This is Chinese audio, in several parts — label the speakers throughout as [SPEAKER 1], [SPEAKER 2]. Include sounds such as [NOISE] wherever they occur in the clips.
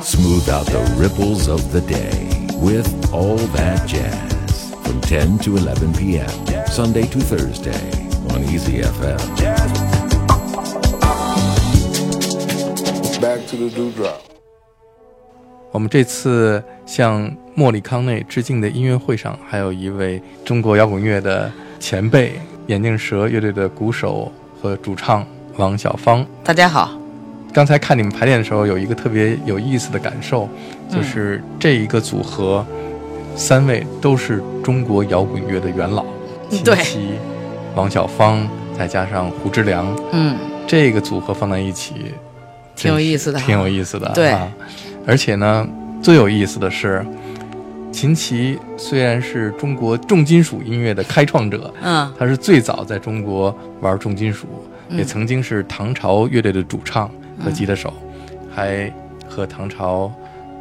[SPEAKER 1] Smooth out the ripples of the day with all that jazz from 10 to 11 p.m. Sunday to Thursday on Easy FM.
[SPEAKER 2] Back to the dewdrop.
[SPEAKER 3] 我们这次向莫里康内致敬的音乐会上，还有一位中国摇滚乐的前辈——眼镜蛇乐队的鼓手和主唱王小芳。
[SPEAKER 4] 大家好，
[SPEAKER 3] 刚才看你们排练的时候，有一个特别有意思的感受，就是这一个组合，三位都是中国摇滚乐的元老，
[SPEAKER 4] 嗯
[SPEAKER 3] 秦
[SPEAKER 4] 对
[SPEAKER 3] 琪、王小芳，再加上胡志良，
[SPEAKER 4] 嗯，
[SPEAKER 3] 这个组合放在一起，
[SPEAKER 4] 挺
[SPEAKER 3] 真
[SPEAKER 4] 有
[SPEAKER 3] 是
[SPEAKER 4] 意思的哈
[SPEAKER 3] 挺有意思的。
[SPEAKER 4] 对
[SPEAKER 3] 啊，而且呢，最有意思的是，秦琪虽然是中国重金属音乐的开创者，
[SPEAKER 4] 嗯，
[SPEAKER 3] 他是最早在中国玩重金属，也曾经是唐朝乐队的主唱
[SPEAKER 4] 嗯
[SPEAKER 3] 和吉他手，还和唐朝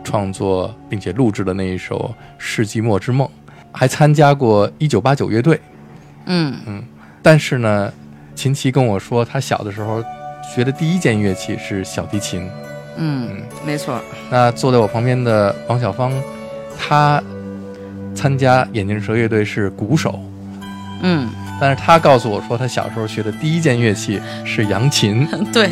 [SPEAKER 3] 创作并且录制了那一首《世纪末之梦》，还参加过一九八九乐队。
[SPEAKER 4] 嗯，
[SPEAKER 3] 但是呢，秦琪跟我说，他小的时候学的第一件乐器是小提琴。
[SPEAKER 4] 嗯，没错，
[SPEAKER 3] 那坐在我旁边的王小芳，她参加眼镜蛇乐队是鼓手，
[SPEAKER 4] 嗯，
[SPEAKER 3] 但是她告诉我说，她小时候学的第一件乐器是扬琴，
[SPEAKER 4] 对，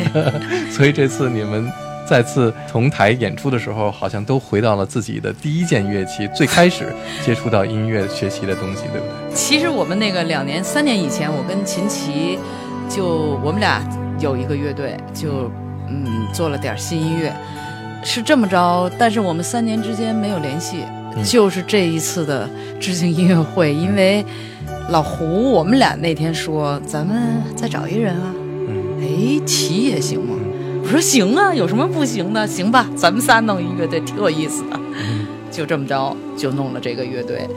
[SPEAKER 3] 所以这次你们。再次同台演出的时候，好像都回到了自己的第一件乐器，最开始接触到音乐学习的东西，对不对？
[SPEAKER 4] 其实我们那个两年、三年以前，我跟秦琪就我们俩有一个乐队，就嗯做了点新音乐，是这么着。但是我们三年之间没有联系，就是这一次的致敬音乐会，因为老胡，我们俩那天说咱们再找一人啊，
[SPEAKER 3] 嗯，
[SPEAKER 4] 哎，齐也行吗？我说行啊，有什么不行的？行吧，咱们仨弄一乐队挺有意思的，就这么着就弄了这个乐队。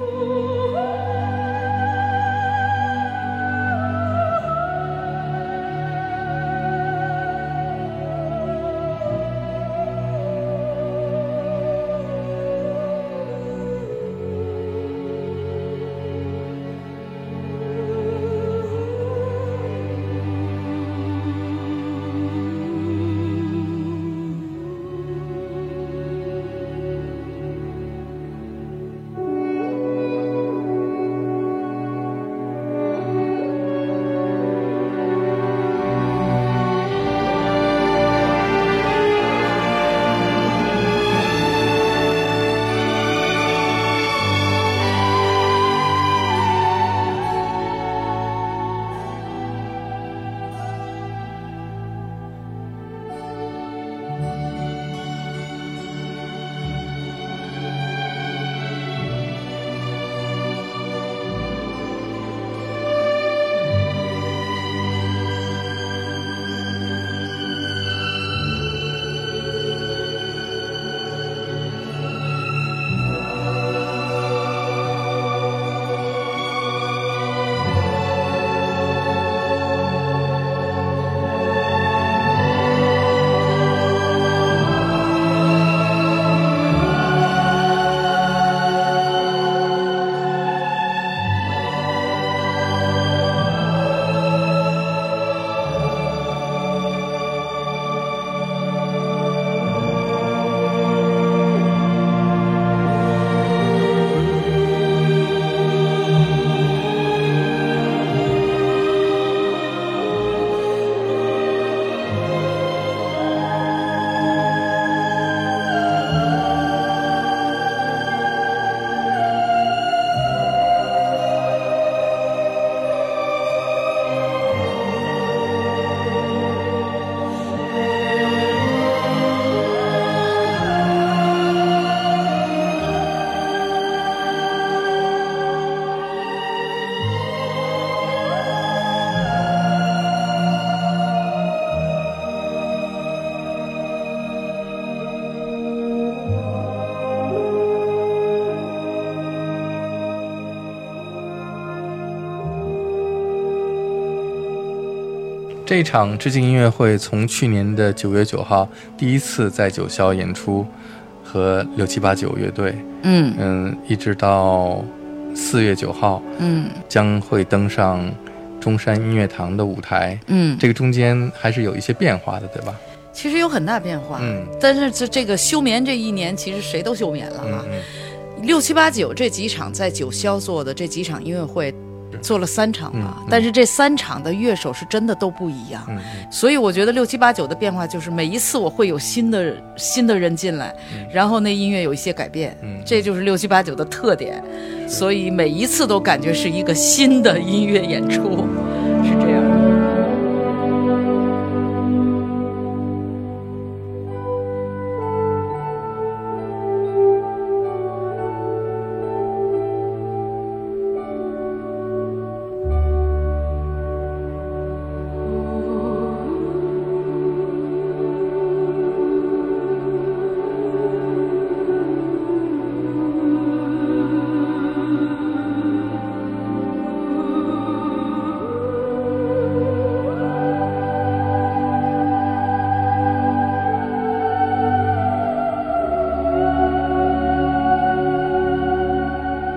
[SPEAKER 3] 这场致敬音乐会从去年的九月九号第一次在九霄演出，和六七八九乐队，
[SPEAKER 4] 嗯
[SPEAKER 3] 嗯，一直到四月九号
[SPEAKER 4] 嗯
[SPEAKER 3] 将会登上中山音乐堂的舞台。
[SPEAKER 4] 嗯，
[SPEAKER 3] 这个中间还是有一些变化的，对吧？
[SPEAKER 4] 其实有很大变化。
[SPEAKER 3] 嗯
[SPEAKER 4] 但是这这个休眠这一年，其实谁都休眠了啊。
[SPEAKER 3] 嗯
[SPEAKER 4] 六七八九这几场在九霄做的这几场音乐会，做了三场吧
[SPEAKER 3] 嗯嗯，
[SPEAKER 4] 但是这三场的乐手是真的都不一样。
[SPEAKER 3] 嗯
[SPEAKER 4] 所以我觉得六七八九的变化就是每一次我会有新的新的人进来，然后那音乐有一些改变，
[SPEAKER 3] 嗯
[SPEAKER 4] 这就是六七八九的特点。所以每一次都感觉是一个新的音乐演出，是这样的。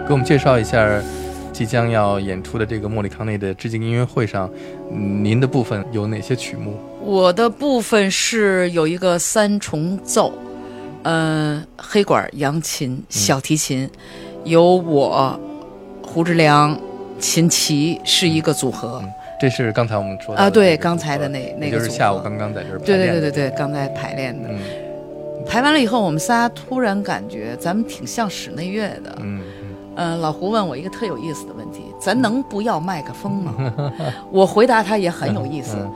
[SPEAKER 3] 给我们介绍一下即将要演出的这个莫里康内的致敬音乐会上，嗯您的部分有哪些曲目？
[SPEAKER 4] 我的部分是有一个三重奏，呃，黑管、扬琴、小提琴，由我胡志良、秦琪是一个组合。
[SPEAKER 3] 这是刚才我们说到的
[SPEAKER 4] 啊对
[SPEAKER 3] 那个
[SPEAKER 4] 刚才
[SPEAKER 3] 组合
[SPEAKER 4] 的那那
[SPEAKER 3] 也
[SPEAKER 4] 个
[SPEAKER 3] 就是
[SPEAKER 4] 组合
[SPEAKER 3] 下午刚刚在这儿排
[SPEAKER 4] 对对
[SPEAKER 3] 练
[SPEAKER 4] 对对
[SPEAKER 3] 的
[SPEAKER 4] 对，刚才排练的，
[SPEAKER 3] 嗯
[SPEAKER 4] 排完了以后，我们仨突然感觉咱们挺像室内乐的。
[SPEAKER 3] 嗯
[SPEAKER 4] 嗯、老胡问我一个特有意思的问题：咱能不要麦克风吗？我回答他也很有意思。
[SPEAKER 3] 嗯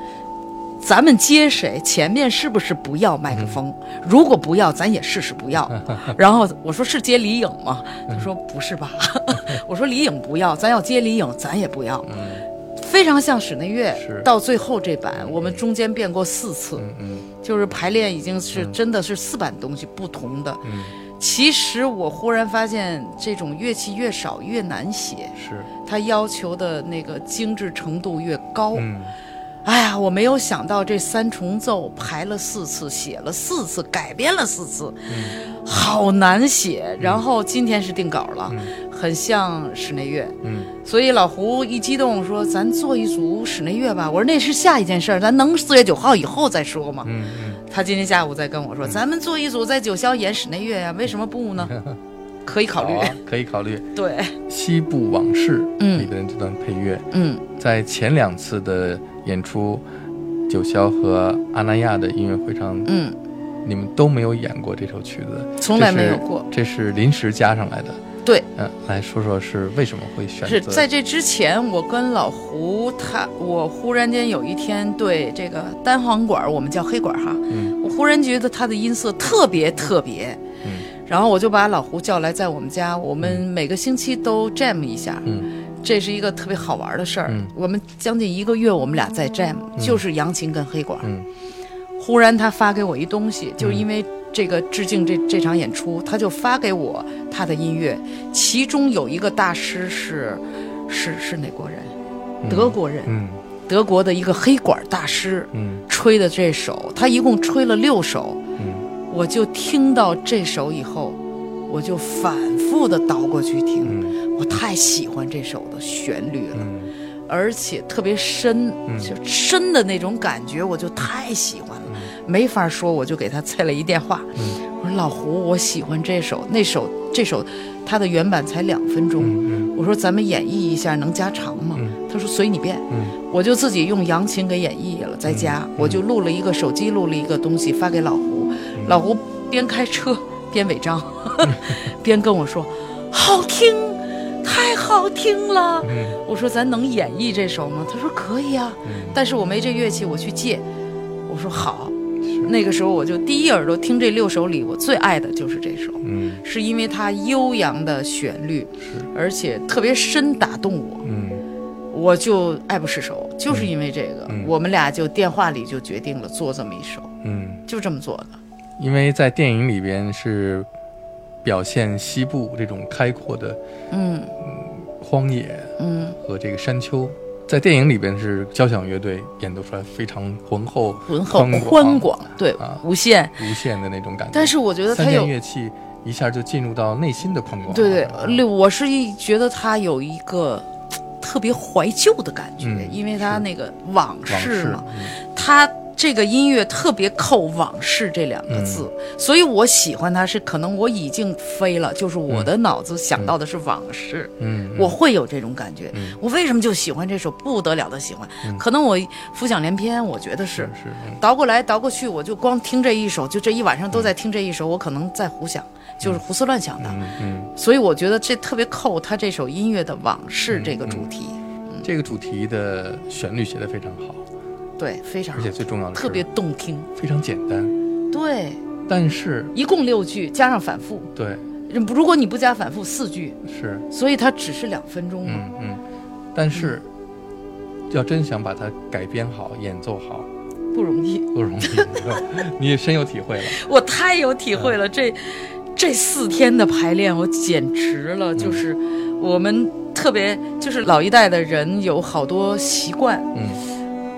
[SPEAKER 4] 咱们接谁，前面是不是不要麦克风？
[SPEAKER 3] 嗯
[SPEAKER 4] 如果不要，咱也试试
[SPEAKER 3] [LAUGHS]
[SPEAKER 4] 不要。然后我说是接李颖吗？
[SPEAKER 3] 嗯
[SPEAKER 4] 他说不是吧。 [LAUGHS] 我说李颖不要，咱要接李颖，咱也不要。非常像室内乐
[SPEAKER 3] 嗯是，
[SPEAKER 4] 到最后这版我们中间变过四次，
[SPEAKER 3] 嗯嗯
[SPEAKER 4] 就是排练已经是真的是四版东西不同的。
[SPEAKER 3] 嗯，
[SPEAKER 4] 其实我忽然发现，这种乐器越少越难写，
[SPEAKER 3] 是
[SPEAKER 4] 它要求的那个精致程度越高。
[SPEAKER 3] 嗯
[SPEAKER 4] 哎呀，我没有想到这三重奏排了四次，写了四次，改编了四次，
[SPEAKER 3] 嗯
[SPEAKER 4] 好难写。然后今天是定稿了，很像室内乐。
[SPEAKER 3] 嗯
[SPEAKER 4] 所以老胡一激动说：“咱做一组室内乐吧。”我说：“那是下一件事儿，咱能四月九号以后再说吗？”
[SPEAKER 3] 嗯嗯
[SPEAKER 4] 他今天下午在跟我说：“咱们做一组在九霄演室内乐呀，为什么
[SPEAKER 3] [LAUGHS]
[SPEAKER 4] 不呢？”可以考虑
[SPEAKER 3] 好。啊可以考虑《
[SPEAKER 4] 对，
[SPEAKER 3] 西部往事》
[SPEAKER 4] 嗯
[SPEAKER 3] 里边这段配乐，
[SPEAKER 4] 嗯
[SPEAKER 3] 在前两次的演出，九霄和阿那亚的音乐会上，
[SPEAKER 4] 嗯，
[SPEAKER 3] 你们都没有演过这首曲子，
[SPEAKER 4] 从来没有过。
[SPEAKER 3] 这是这是临时加上来的。
[SPEAKER 4] 对，
[SPEAKER 3] 嗯，来说说是为什么会选
[SPEAKER 4] 是
[SPEAKER 3] 择
[SPEAKER 4] 在这之前，我跟老胡他，我忽然间有一天对这个单簧管，我们叫黑管哈，
[SPEAKER 3] 嗯
[SPEAKER 4] 我忽然觉得它的音色特别特别，
[SPEAKER 3] 嗯
[SPEAKER 4] 然后我就把老胡叫来，在我们家，我们每个星期都 jam 一下，
[SPEAKER 3] 嗯
[SPEAKER 4] 这是一个特别好玩的事儿。
[SPEAKER 3] 嗯
[SPEAKER 4] 我们将近一个月，我们俩在 jam，、就是扬琴跟黑管。
[SPEAKER 3] 嗯
[SPEAKER 4] 忽然他发给我一东西，就是因为这个致敬这这场演出，他就发给我他的音乐，其中有一个大师是是是哪国人？德国人，
[SPEAKER 3] 嗯
[SPEAKER 4] 德国的一个黑管大师
[SPEAKER 3] 嗯
[SPEAKER 4] 吹的这首，他一共吹了六首，
[SPEAKER 3] 嗯
[SPEAKER 4] 我就听到这首以后，我就反复的倒过去听，
[SPEAKER 3] 嗯
[SPEAKER 4] 我太喜欢这首的旋律了。
[SPEAKER 3] 嗯
[SPEAKER 4] 而且特别深，就深的那种感觉，我就太喜欢
[SPEAKER 3] 嗯
[SPEAKER 4] 了，没法说，我就给他塞了一电话，我说老胡，我喜欢这首，那首这首，它的原版才两分钟，
[SPEAKER 3] 嗯
[SPEAKER 4] 我说咱们演绎一下，能加长吗？他说随你便，
[SPEAKER 3] 嗯
[SPEAKER 4] 我就自己用扬琴给演绎了，在家、我就录了一个手机录了一个东西发给老胡，
[SPEAKER 3] 嗯
[SPEAKER 4] 老胡边开车边
[SPEAKER 3] [LAUGHS]
[SPEAKER 4] 违章，边跟我说好听，太好听了。
[SPEAKER 3] 嗯
[SPEAKER 4] 我说咱能演绎这首吗？他说可以啊，
[SPEAKER 3] 嗯
[SPEAKER 4] 但是我没这乐器，我去借。我说好，那个时候我就第一耳朵听这六首里，我最爱的就是这首。
[SPEAKER 3] 嗯
[SPEAKER 4] 是因为它悠扬的旋律，而且特别深打动我。
[SPEAKER 3] 嗯
[SPEAKER 4] 我就爱不释手，就是因为这个，
[SPEAKER 3] 嗯
[SPEAKER 4] 我们俩就电话里就决定了做这么一首，
[SPEAKER 3] 嗯，
[SPEAKER 4] 就这么做的。
[SPEAKER 3] 因为在电影里边是表现西部这种开阔的
[SPEAKER 4] 嗯
[SPEAKER 3] 荒野
[SPEAKER 4] 嗯，
[SPEAKER 3] 和这个山丘。在电影里边是交响乐队演奏出来非常浑厚、
[SPEAKER 4] 浑厚
[SPEAKER 3] 宽
[SPEAKER 4] 宽广，对，
[SPEAKER 3] 啊
[SPEAKER 4] 无限。
[SPEAKER 3] 无限的那种感觉。
[SPEAKER 4] 但是我觉得
[SPEAKER 3] 三
[SPEAKER 4] 它
[SPEAKER 3] 件
[SPEAKER 4] 有，
[SPEAKER 3] 乐器一下就进入到内心的宽广。
[SPEAKER 4] 对对
[SPEAKER 3] 啊，
[SPEAKER 4] 六，我是一觉得它有一个嘖特别怀旧的感觉，
[SPEAKER 3] 嗯
[SPEAKER 4] 因为它
[SPEAKER 3] 是
[SPEAKER 4] 那个往
[SPEAKER 3] 往
[SPEAKER 4] 事
[SPEAKER 3] 事嗯
[SPEAKER 4] 嘛，它这个音乐特别扣“往事”这两个字，
[SPEAKER 3] 嗯
[SPEAKER 4] 所以我喜欢它是可能我已经飞了，就是我的脑子想到的是往事，
[SPEAKER 3] 嗯，
[SPEAKER 4] 我会有这种感觉。我为什么就喜欢这首？不得了的喜欢，可能我浮想联翩，我觉得是
[SPEAKER 3] 嗯是嗯
[SPEAKER 4] 倒过来倒过去，我就光听这一首，就这一晚上都在听这一首，我可能在胡想，就是胡思乱想的。
[SPEAKER 3] 嗯，
[SPEAKER 4] 所以我觉得这特别扣他这首音乐的往事这
[SPEAKER 3] 嗯
[SPEAKER 4] 个主题，
[SPEAKER 3] 这个主题的旋律写得非常好，
[SPEAKER 4] 对，非常
[SPEAKER 3] 而
[SPEAKER 4] 好
[SPEAKER 3] 且最重要的是
[SPEAKER 4] 特别动听。
[SPEAKER 3] 非常简单，
[SPEAKER 4] 对，
[SPEAKER 3] 但是
[SPEAKER 4] 一共六句，加上反复，
[SPEAKER 3] 对
[SPEAKER 4] 如果你不加反复，四句，
[SPEAKER 3] 是
[SPEAKER 4] 所以它只是两分钟嘛。
[SPEAKER 3] 嗯嗯，但是要真想把它改编好、演奏好
[SPEAKER 4] 不容易。 [LAUGHS]
[SPEAKER 3] 不容易，你知道吗你也深有体会了。
[SPEAKER 4] 我太有体会
[SPEAKER 3] 嗯
[SPEAKER 4] 了，这这四天的排练，我简直了，就是
[SPEAKER 3] 嗯
[SPEAKER 4] 我们特别就是老一代的人有好多习惯，
[SPEAKER 3] 嗯，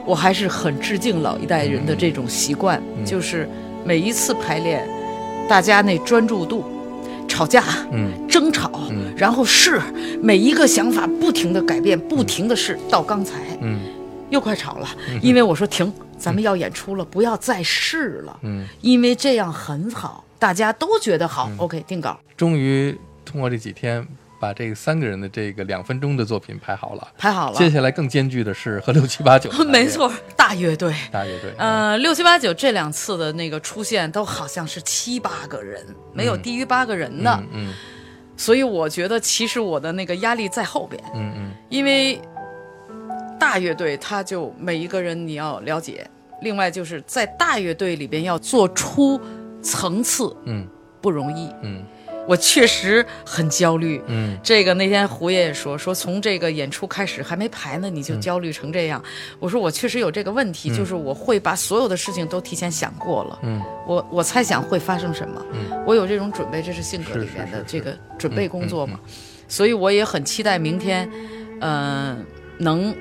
[SPEAKER 4] 我还是很致敬老一代人的这种习惯，
[SPEAKER 3] 嗯
[SPEAKER 4] 就是每一次排练，大家那专注度。吵架、
[SPEAKER 3] 嗯
[SPEAKER 4] 争吵，
[SPEAKER 3] 嗯
[SPEAKER 4] 然后试每一个想法不停的改变，不停的试，到刚才
[SPEAKER 3] 嗯
[SPEAKER 4] 又快吵了，因为我说停，咱们要演出了，不要再试了。
[SPEAKER 3] 嗯，
[SPEAKER 4] 因为这样很好，大家都觉得好。OK，定稿，
[SPEAKER 3] 终于通过这几天，把这个三个人的这个两分钟的作品排好了。
[SPEAKER 4] 排好
[SPEAKER 3] 接
[SPEAKER 4] 了。，
[SPEAKER 3] 下来更艰巨的是和六七八九
[SPEAKER 4] [LAUGHS] 没，错，大乐队。
[SPEAKER 3] 大乐队，
[SPEAKER 4] 呃，六七八九这两次的那个出现都好像是七八个人，没有低于八个人的，
[SPEAKER 3] 嗯嗯
[SPEAKER 4] 所以我觉得其实我的那个压力在后边，
[SPEAKER 3] 嗯嗯
[SPEAKER 4] 因为大乐队他就每一个人你要了解，另外就是在大乐队里边要做出层次
[SPEAKER 3] 嗯
[SPEAKER 4] 不容易，
[SPEAKER 3] 嗯
[SPEAKER 4] 我确实很焦虑，
[SPEAKER 3] 嗯
[SPEAKER 4] 这个那天胡爷也说，说从这个演出开始还没排呢，你就焦虑成这样。
[SPEAKER 3] 嗯
[SPEAKER 4] 我说我确实有这个问题，就是我会把所有的事情都提前想过了，
[SPEAKER 3] 嗯
[SPEAKER 4] 我我猜想会发生什么，
[SPEAKER 3] 嗯
[SPEAKER 4] 我有这种准备，这是性格
[SPEAKER 3] 是
[SPEAKER 4] 里
[SPEAKER 3] 是
[SPEAKER 4] 面的
[SPEAKER 3] 是
[SPEAKER 4] 这
[SPEAKER 3] 是嗯
[SPEAKER 4] 个准备工作嘛，所以我也很期待明天，嗯、能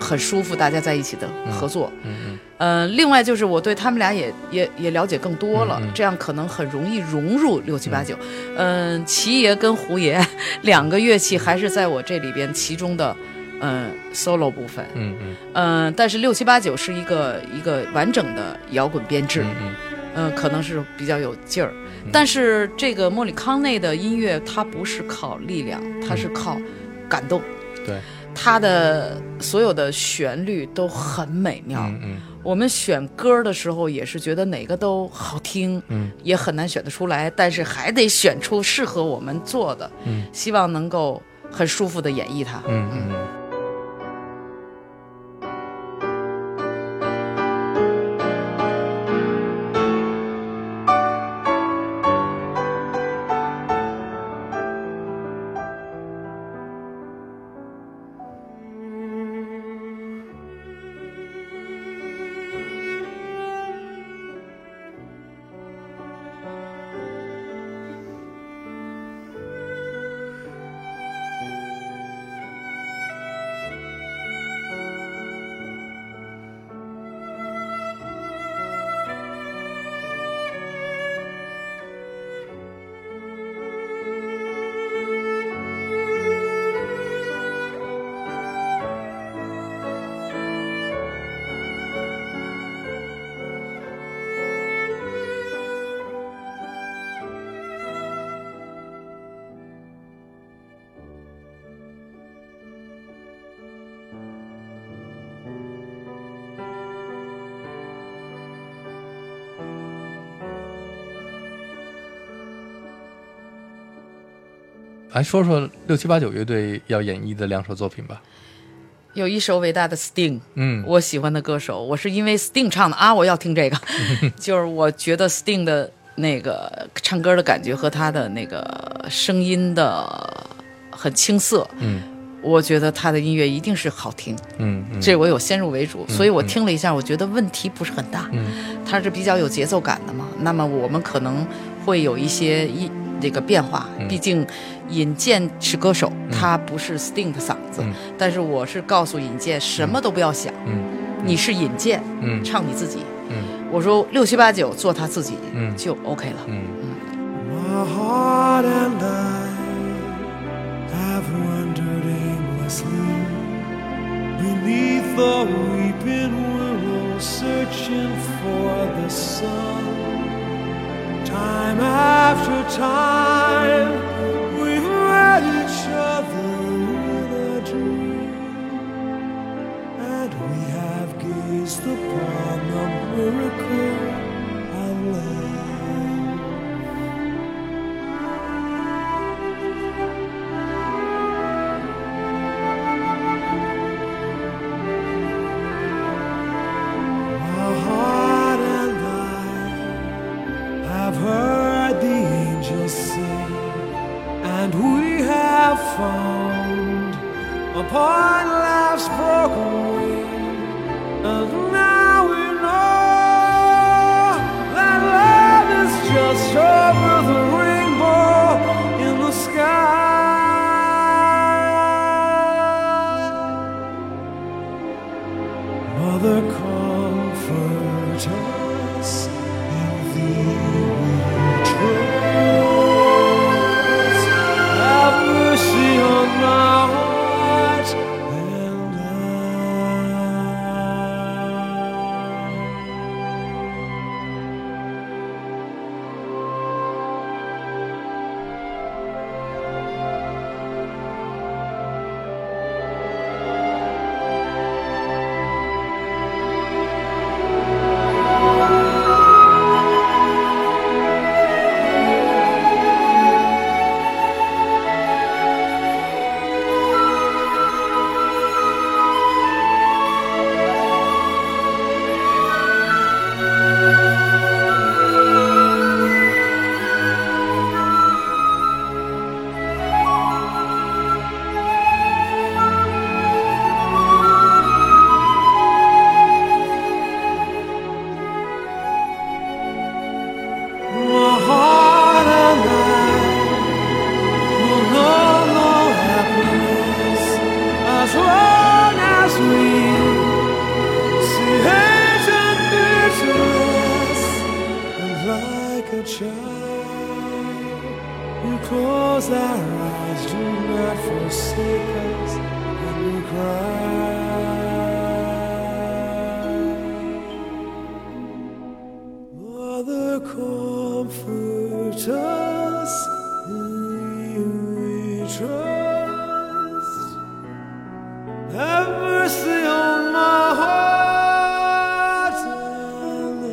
[SPEAKER 4] 很舒服大家在一起的合作。
[SPEAKER 3] 嗯
[SPEAKER 4] 呃，另外就是我对他们俩也也也了解更多了，
[SPEAKER 3] 嗯嗯
[SPEAKER 4] 这样可能很容易融入六七八九。嗯、齐爷跟胡爷 [LAUGHS] 两个乐器还是在我这里边其中的，嗯、solo 部分。
[SPEAKER 3] 嗯嗯
[SPEAKER 4] 嗯、但是六七八九是一个一个完整的摇滚编制，
[SPEAKER 3] 嗯嗯
[SPEAKER 4] 嗯、可能是比较有劲儿。但是这个莫里康内的音乐，它不是靠力量，它是靠感动。
[SPEAKER 3] 嗯，对，
[SPEAKER 4] 它的所有的旋律都很美妙，
[SPEAKER 3] 嗯嗯
[SPEAKER 4] 我们选歌的时候也是觉得哪个都好听，
[SPEAKER 3] 嗯，
[SPEAKER 4] 也很难选得出来，但是还得选出适合我们做的，
[SPEAKER 3] 嗯，
[SPEAKER 4] 希望能够很舒服的演绎它。
[SPEAKER 3] 嗯嗯嗯。来说说六七八九乐队要演绎的两首作品吧。
[SPEAKER 4] 有一首伟大的 Sting，
[SPEAKER 3] 嗯
[SPEAKER 4] 我喜欢的歌手，我是因为 Sting 唱的啊，我要听这
[SPEAKER 3] [LAUGHS]
[SPEAKER 4] 个，就是我觉得 Sting 的那个唱歌的感觉和他的那个声音的很青涩，
[SPEAKER 3] 嗯
[SPEAKER 4] 我觉得他的音乐一定是好听。
[SPEAKER 3] 嗯嗯，
[SPEAKER 4] 这我有先入为主，所以我听了一下，我觉得问题不是很大。
[SPEAKER 3] 嗯
[SPEAKER 4] 它是比较有节奏感的嘛，那么我们可能会有一些一这个变化，
[SPEAKER 3] 嗯
[SPEAKER 4] 毕竟尹健是歌手，他不是 Sting 的嗓子，
[SPEAKER 3] 嗯
[SPEAKER 4] 但是我是告诉尹健什么都不要想，
[SPEAKER 3] 嗯
[SPEAKER 4] 你是尹健，
[SPEAKER 3] 嗯
[SPEAKER 4] 唱你自己。
[SPEAKER 3] 嗯
[SPEAKER 4] 我说六七八九做他自己，
[SPEAKER 3] 嗯
[SPEAKER 4] 就 OK 了。
[SPEAKER 3] 嗯
[SPEAKER 5] My heart and I have wandered aimlessly beneath the weeping willow. go searching for the sun. Time after time, we read each other in a dream, and we have gazed upon the miracle of love. My heart and I have heard the angels sing, and we have found upon life's broken wing, and now we know that love is just over the rainbow in the sky. Mother, comfort us in thee we trust. Have mercy on my heart and I. My heart and I will know no happiness as long as we see hate and bitterness. And like a child, you close our eyes, do not forsake us, and we cry. Mother, comfort us, in thee we trust. Have mercy on my heart and I.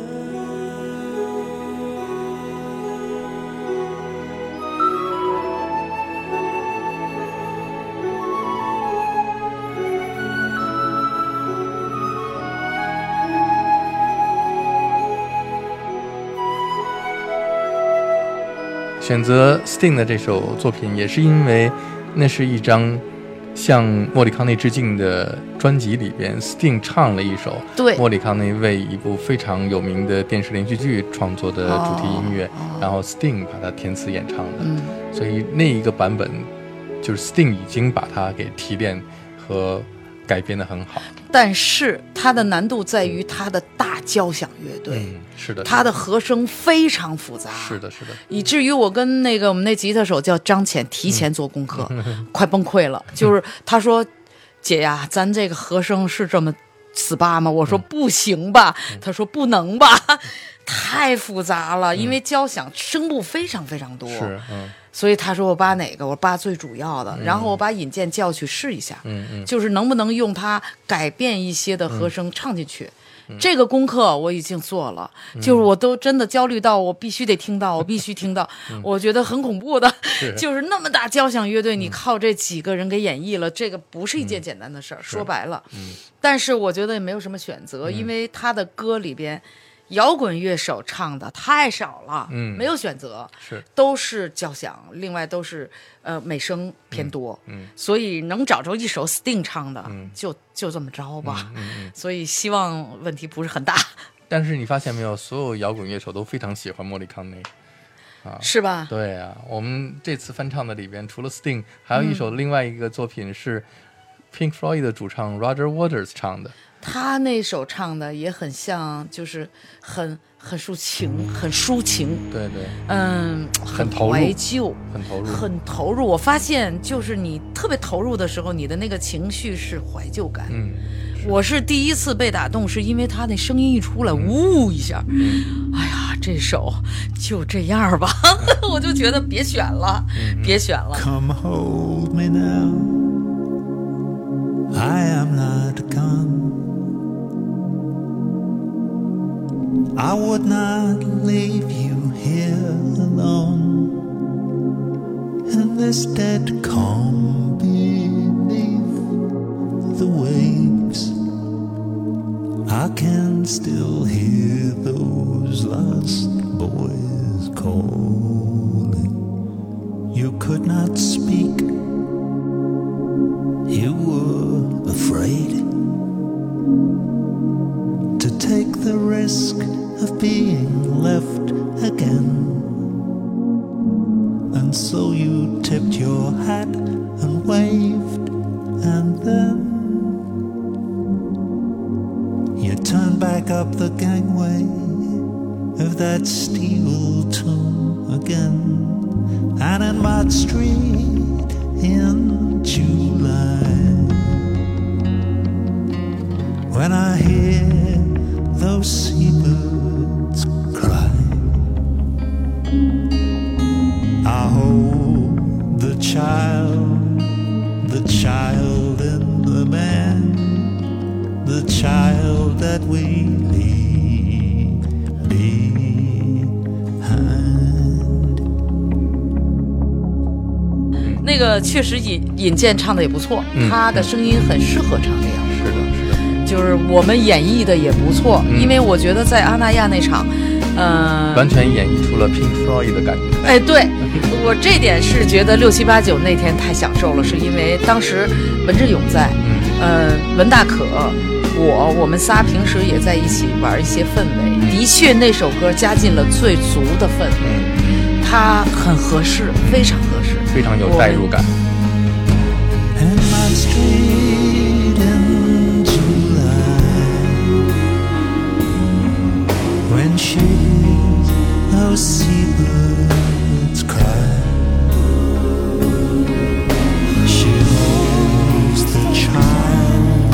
[SPEAKER 3] 选择 Sting 的这首作品，也是因为那是一张向莫里康内致敬的专辑里边，Sting 唱了一首
[SPEAKER 4] 对
[SPEAKER 3] 莫里康内为一部非常有名的电视连续剧创作的主
[SPEAKER 4] 哦
[SPEAKER 3] 题音乐，然后 Sting 把它填词演唱的，
[SPEAKER 4] 嗯
[SPEAKER 3] 所以那一个版本就是 Sting 已经把它给提炼和改编的很好。
[SPEAKER 4] 但是它的难度在于它的大交响乐队，
[SPEAKER 3] 嗯，是的，
[SPEAKER 4] 它的和声非常复杂，
[SPEAKER 3] 是的，是的，
[SPEAKER 4] 以至于我跟那个我们那吉他手叫张浅提前做功课，快崩溃了。就是他说：“姐呀，咱这个和声是这么死扒吗？”我说：“不行吧。”他说：“不能吧， [LAUGHS] 太复杂了，因为交响声部非常非常多。”
[SPEAKER 3] 是，嗯，
[SPEAKER 4] 所以他说我扒哪个？我扒最主要的，然后我把尹健叫去试一下，就是能不能用它改变一些的和声唱进去。这个功课我已经做了，就是我都真的焦虑到我必须得听 [LAUGHS] 到，我必须听到，我觉得很恐怖的，嗯 [LAUGHS] 就是嗯那么大交响乐队，你靠这几个人给演绎了，这个不嗯是一嗯件简单的事儿。说白了，但是我觉得也没有什么选择，因为他的歌里边。摇滚乐手唱的太少了，
[SPEAKER 3] 嗯
[SPEAKER 4] 没有选择，
[SPEAKER 3] 是
[SPEAKER 4] 都是交响，另外都是呃美声偏多，嗯，所以能找着一首 Sting 唱的，
[SPEAKER 3] 嗯
[SPEAKER 4] 就就这么着吧，所以希望问题不是很大，
[SPEAKER 3] 但是你发现没有，所有摇滚乐手都非常喜欢莫里康内。
[SPEAKER 4] 是吧？
[SPEAKER 3] 对啊，我们这次翻唱的里边，除了 Sting，还有一首另外一个作品是 Pink Floyd 的主唱 Roger Waters 唱的。
[SPEAKER 4] 他那首唱的也很像，就是很很抒情，很抒情，
[SPEAKER 3] 对对，
[SPEAKER 4] 嗯，
[SPEAKER 3] 嗯很投入
[SPEAKER 4] 怀旧，
[SPEAKER 3] 很投入。
[SPEAKER 4] 很投入。我发现，就是你特别投入的时候，你的那个情绪是怀旧感。
[SPEAKER 3] 嗯，是
[SPEAKER 4] 我是第一次被打动，是因为他那声音一出来，呜一下，哎呀，这首就这样吧， [LAUGHS] 我就觉得别选了，
[SPEAKER 3] 嗯
[SPEAKER 4] 别选了。
[SPEAKER 6] Come hold me now. I am not gone. I would not leave you here alone in this dead calm beneath the waves. I can still hear those lost boys calling. You could not speak. You were afraid to take the risk of being left again. And so you tipped your hat and waved, and then you turned back up the gangway of that steel tomb again and in my street in July. When I hear those seabirds cry, I hold the child, the child in the man, the child that we leave behind.
[SPEAKER 4] 那个确实尹尹健唱的也不错，
[SPEAKER 3] 嗯
[SPEAKER 4] 他的声音很适合唱这样，
[SPEAKER 3] 是的，是的，
[SPEAKER 4] 就是我们演绎的也不错，因为我觉得在阿那亚那场，呃，
[SPEAKER 3] 嗯完全演绎出了 Pink Floyd 的感觉。
[SPEAKER 4] 哎，对我这点是觉得六七八九那天太享受了，是因为当时文志勇在，
[SPEAKER 3] 嗯
[SPEAKER 4] 呃，文大可，我我们仨平时也在一起玩一些氛
[SPEAKER 3] 嗯
[SPEAKER 4] 围，的确那首歌加进了最足的氛围，它很合适，非常合适，
[SPEAKER 3] 嗯非常有代入感。
[SPEAKER 6] And my street in July when she those seabirds cry. She holds the child,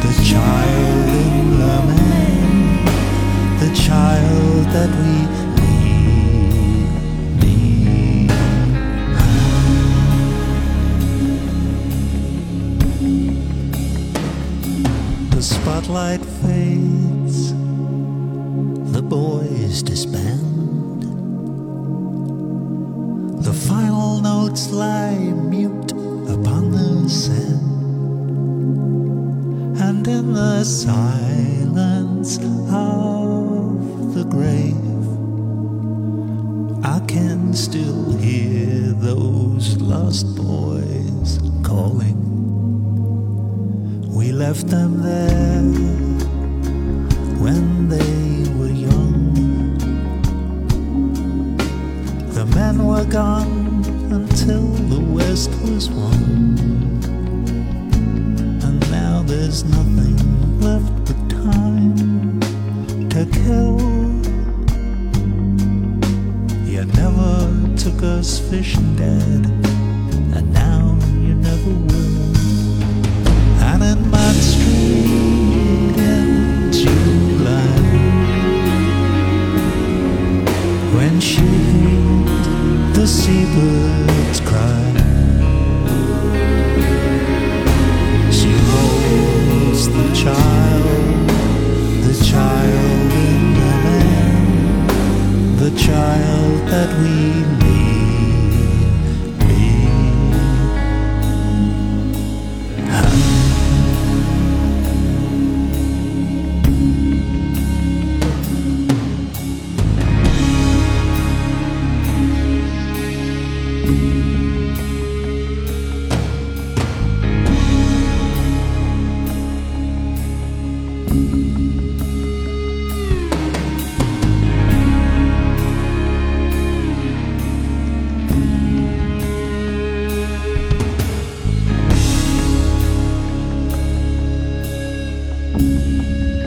[SPEAKER 6] the child in the man, the child that we leave behind. The spotlight fades. The boys disband. The final notes lie mute upon the sand. And in the silence of the grave, I can still hear those lost boys calling. We left them there when they were young. The men were gone until the West was won. And now there's nothing left but time to kill. You never took us fishing, Dad, and now you never will. And in my street in July When she heard the seabirds cry She holds the child The child in the land The child that we leave behind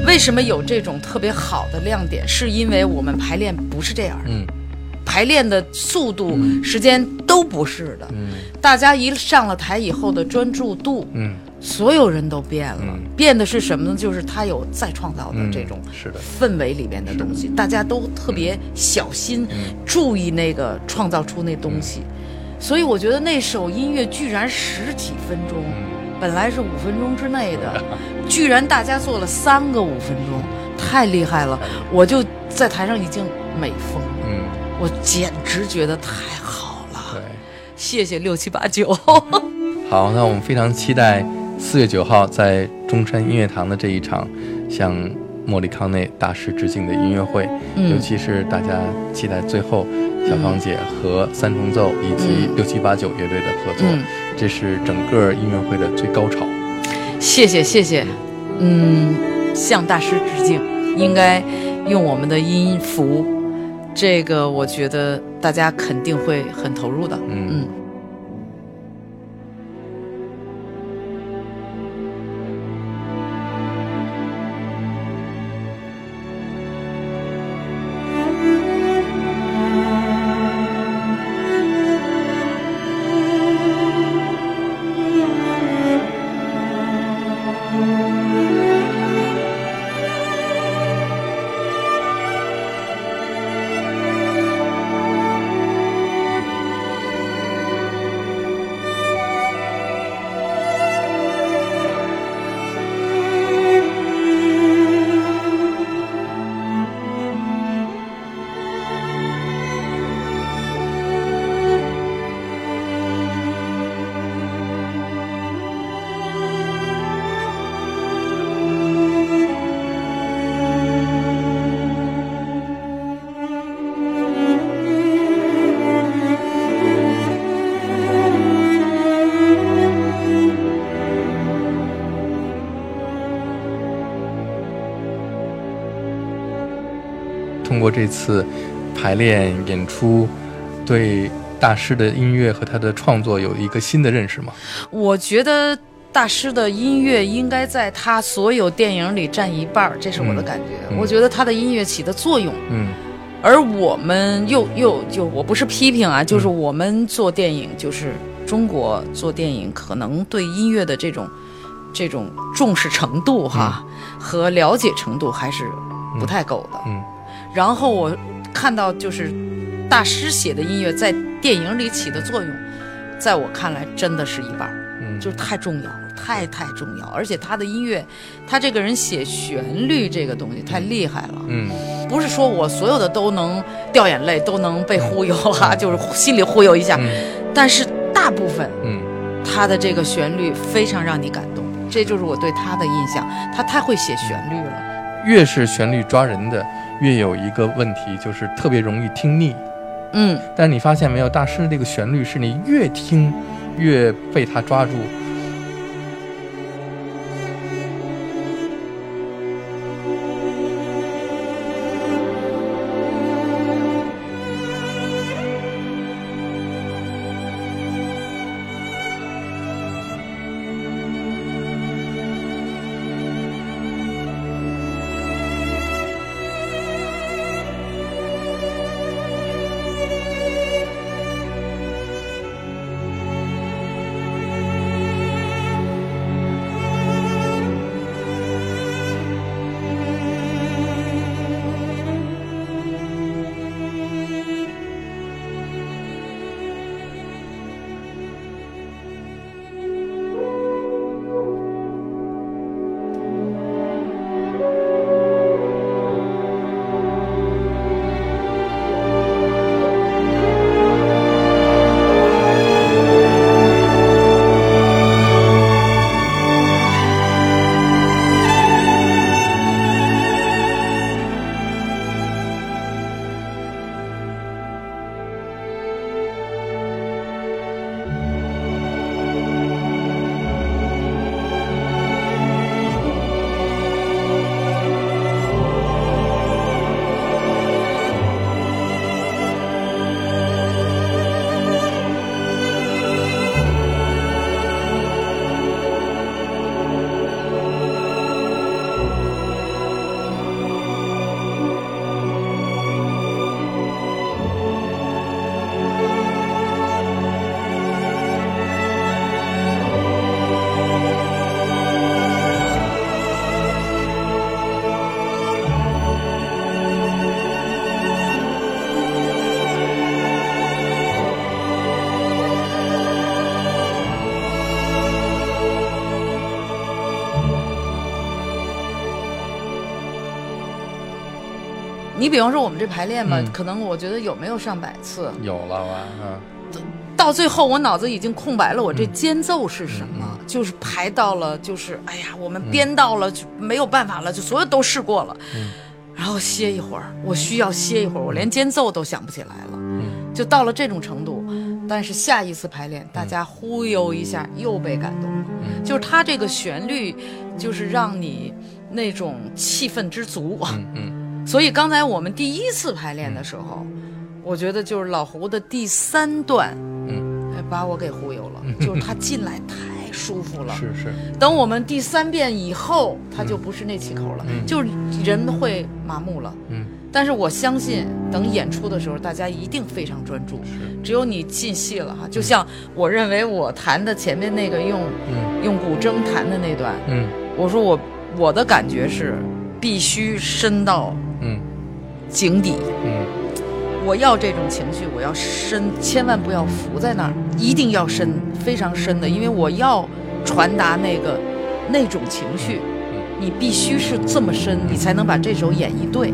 [SPEAKER 4] 为什么有这种特别好的亮点？是因为我们排练不是这样的，
[SPEAKER 3] 嗯
[SPEAKER 4] 排练的速度、时间都不是的，
[SPEAKER 3] 嗯
[SPEAKER 4] 大家一上了台以后的专注度，
[SPEAKER 3] 嗯，
[SPEAKER 4] 所有人都变了，
[SPEAKER 3] 嗯
[SPEAKER 4] 变的是什么呢？就是他有再创造的
[SPEAKER 3] 嗯
[SPEAKER 4] 这种
[SPEAKER 3] 是的
[SPEAKER 4] 氛围里面的东西，大家都特别小心、
[SPEAKER 3] 嗯
[SPEAKER 4] 注意那个创造出那东西。所以我觉得那首音乐居然十几分钟，
[SPEAKER 3] 嗯
[SPEAKER 4] 本来是五分钟之内
[SPEAKER 3] [LAUGHS]
[SPEAKER 4] 的，居然大家做了三个五分钟，太厉害了！我就在台上已经美疯了，
[SPEAKER 3] 嗯，
[SPEAKER 4] 我简直觉得太好
[SPEAKER 3] [LAUGHS]
[SPEAKER 4] 了。
[SPEAKER 3] 对。
[SPEAKER 4] 谢谢六七八九，
[SPEAKER 3] 好，那我们非常期待四月九号在中山音乐堂的这一场向莫里康内大师致敬的音乐会，
[SPEAKER 4] 嗯
[SPEAKER 3] 尤其是大家期待最后小芳姐和三重奏以及六七八九乐队的合作，
[SPEAKER 4] 嗯
[SPEAKER 3] 这是整个音乐会的最高潮。
[SPEAKER 4] 谢谢谢谢，嗯，向大师致敬，应该用我们的音符，这个我觉得大家肯定会很投入的，
[SPEAKER 3] 嗯
[SPEAKER 4] 嗯嗯
[SPEAKER 3] 通过这次排练演出，对大师的音乐和他的创作有一个新的认识吗？
[SPEAKER 4] 我觉得大师的音乐应该在他所有电影里占一半儿，这是我的感觉。
[SPEAKER 3] 嗯嗯
[SPEAKER 4] 我觉得他的音乐起的作用，
[SPEAKER 3] 嗯
[SPEAKER 4] 而我们又又就我不是批评
[SPEAKER 3] 嗯
[SPEAKER 4] 啊，就是我们做电影，就是中国做电影，可能对音乐的这种这种重视程度哈、和了解程度还是不太够的。
[SPEAKER 3] 嗯
[SPEAKER 4] 然后我看到就是大师写的音乐在电影里起的作用，在我看来真的是一半儿。
[SPEAKER 3] 嗯，
[SPEAKER 4] 就是太重要了，太太重要。而且他的音乐，他这个人写旋律这个东西太厉害了，
[SPEAKER 3] 嗯
[SPEAKER 4] 不是说我所有的都能掉眼泪，都能被忽悠啊，就是心里忽悠一下。
[SPEAKER 3] 嗯
[SPEAKER 4] 但是大部分
[SPEAKER 3] 嗯
[SPEAKER 4] 他的这个旋律非常让你感动，这就是我对他的印象。他太会写旋律了，
[SPEAKER 3] 越是旋律抓人的，越有一个问题，就是特别容易听腻。
[SPEAKER 4] 嗯，
[SPEAKER 3] 但是你发现没有，大师的这个旋律是你越听越被他抓住。
[SPEAKER 5] Thank
[SPEAKER 4] 你比方说我们这排练嘛，
[SPEAKER 3] 嗯
[SPEAKER 4] 可能我觉得有没有上百次，
[SPEAKER 3] 有了吧？嗯，
[SPEAKER 4] 到最后我脑子已经空白了，我这间奏是什么？就是排到了，就是哎呀，我们编到了，就没有办法了，就所有都试过了。然后歇一会儿，我需要歇一会儿，我连间奏都想不起来了，就到了这种程度。但是下一次排练，大家忽悠一下又被感动了，就是它这个旋律，就是让你那种气氛之足啊。
[SPEAKER 3] 嗯
[SPEAKER 4] 所以刚才我们第一次排练的时候，我觉得就是老胡的第三段，嗯，把我给忽悠了，就是他进来太舒服
[SPEAKER 3] 嗯 [LAUGHS]
[SPEAKER 4] 了。
[SPEAKER 3] 是是，
[SPEAKER 4] 等我们第三遍以后，他就不是那气口了，就是人会麻木了。
[SPEAKER 3] 嗯，
[SPEAKER 4] 但是我相信，等演出的时候，大家一定非常专注。只有你进戏了哈，就像我认为我弹的前面那个用、
[SPEAKER 3] 嗯
[SPEAKER 4] 用古筝弹的那段，
[SPEAKER 3] 嗯
[SPEAKER 4] 我说我我的感觉是必须深到
[SPEAKER 3] 嗯
[SPEAKER 4] 井底。
[SPEAKER 3] 嗯
[SPEAKER 4] 我要这种情绪，我要深，千万不要浮在那儿，一定要深，非常深的，因为我要传达那个那种情绪，你必须是这么深，你才能把这首演绎对。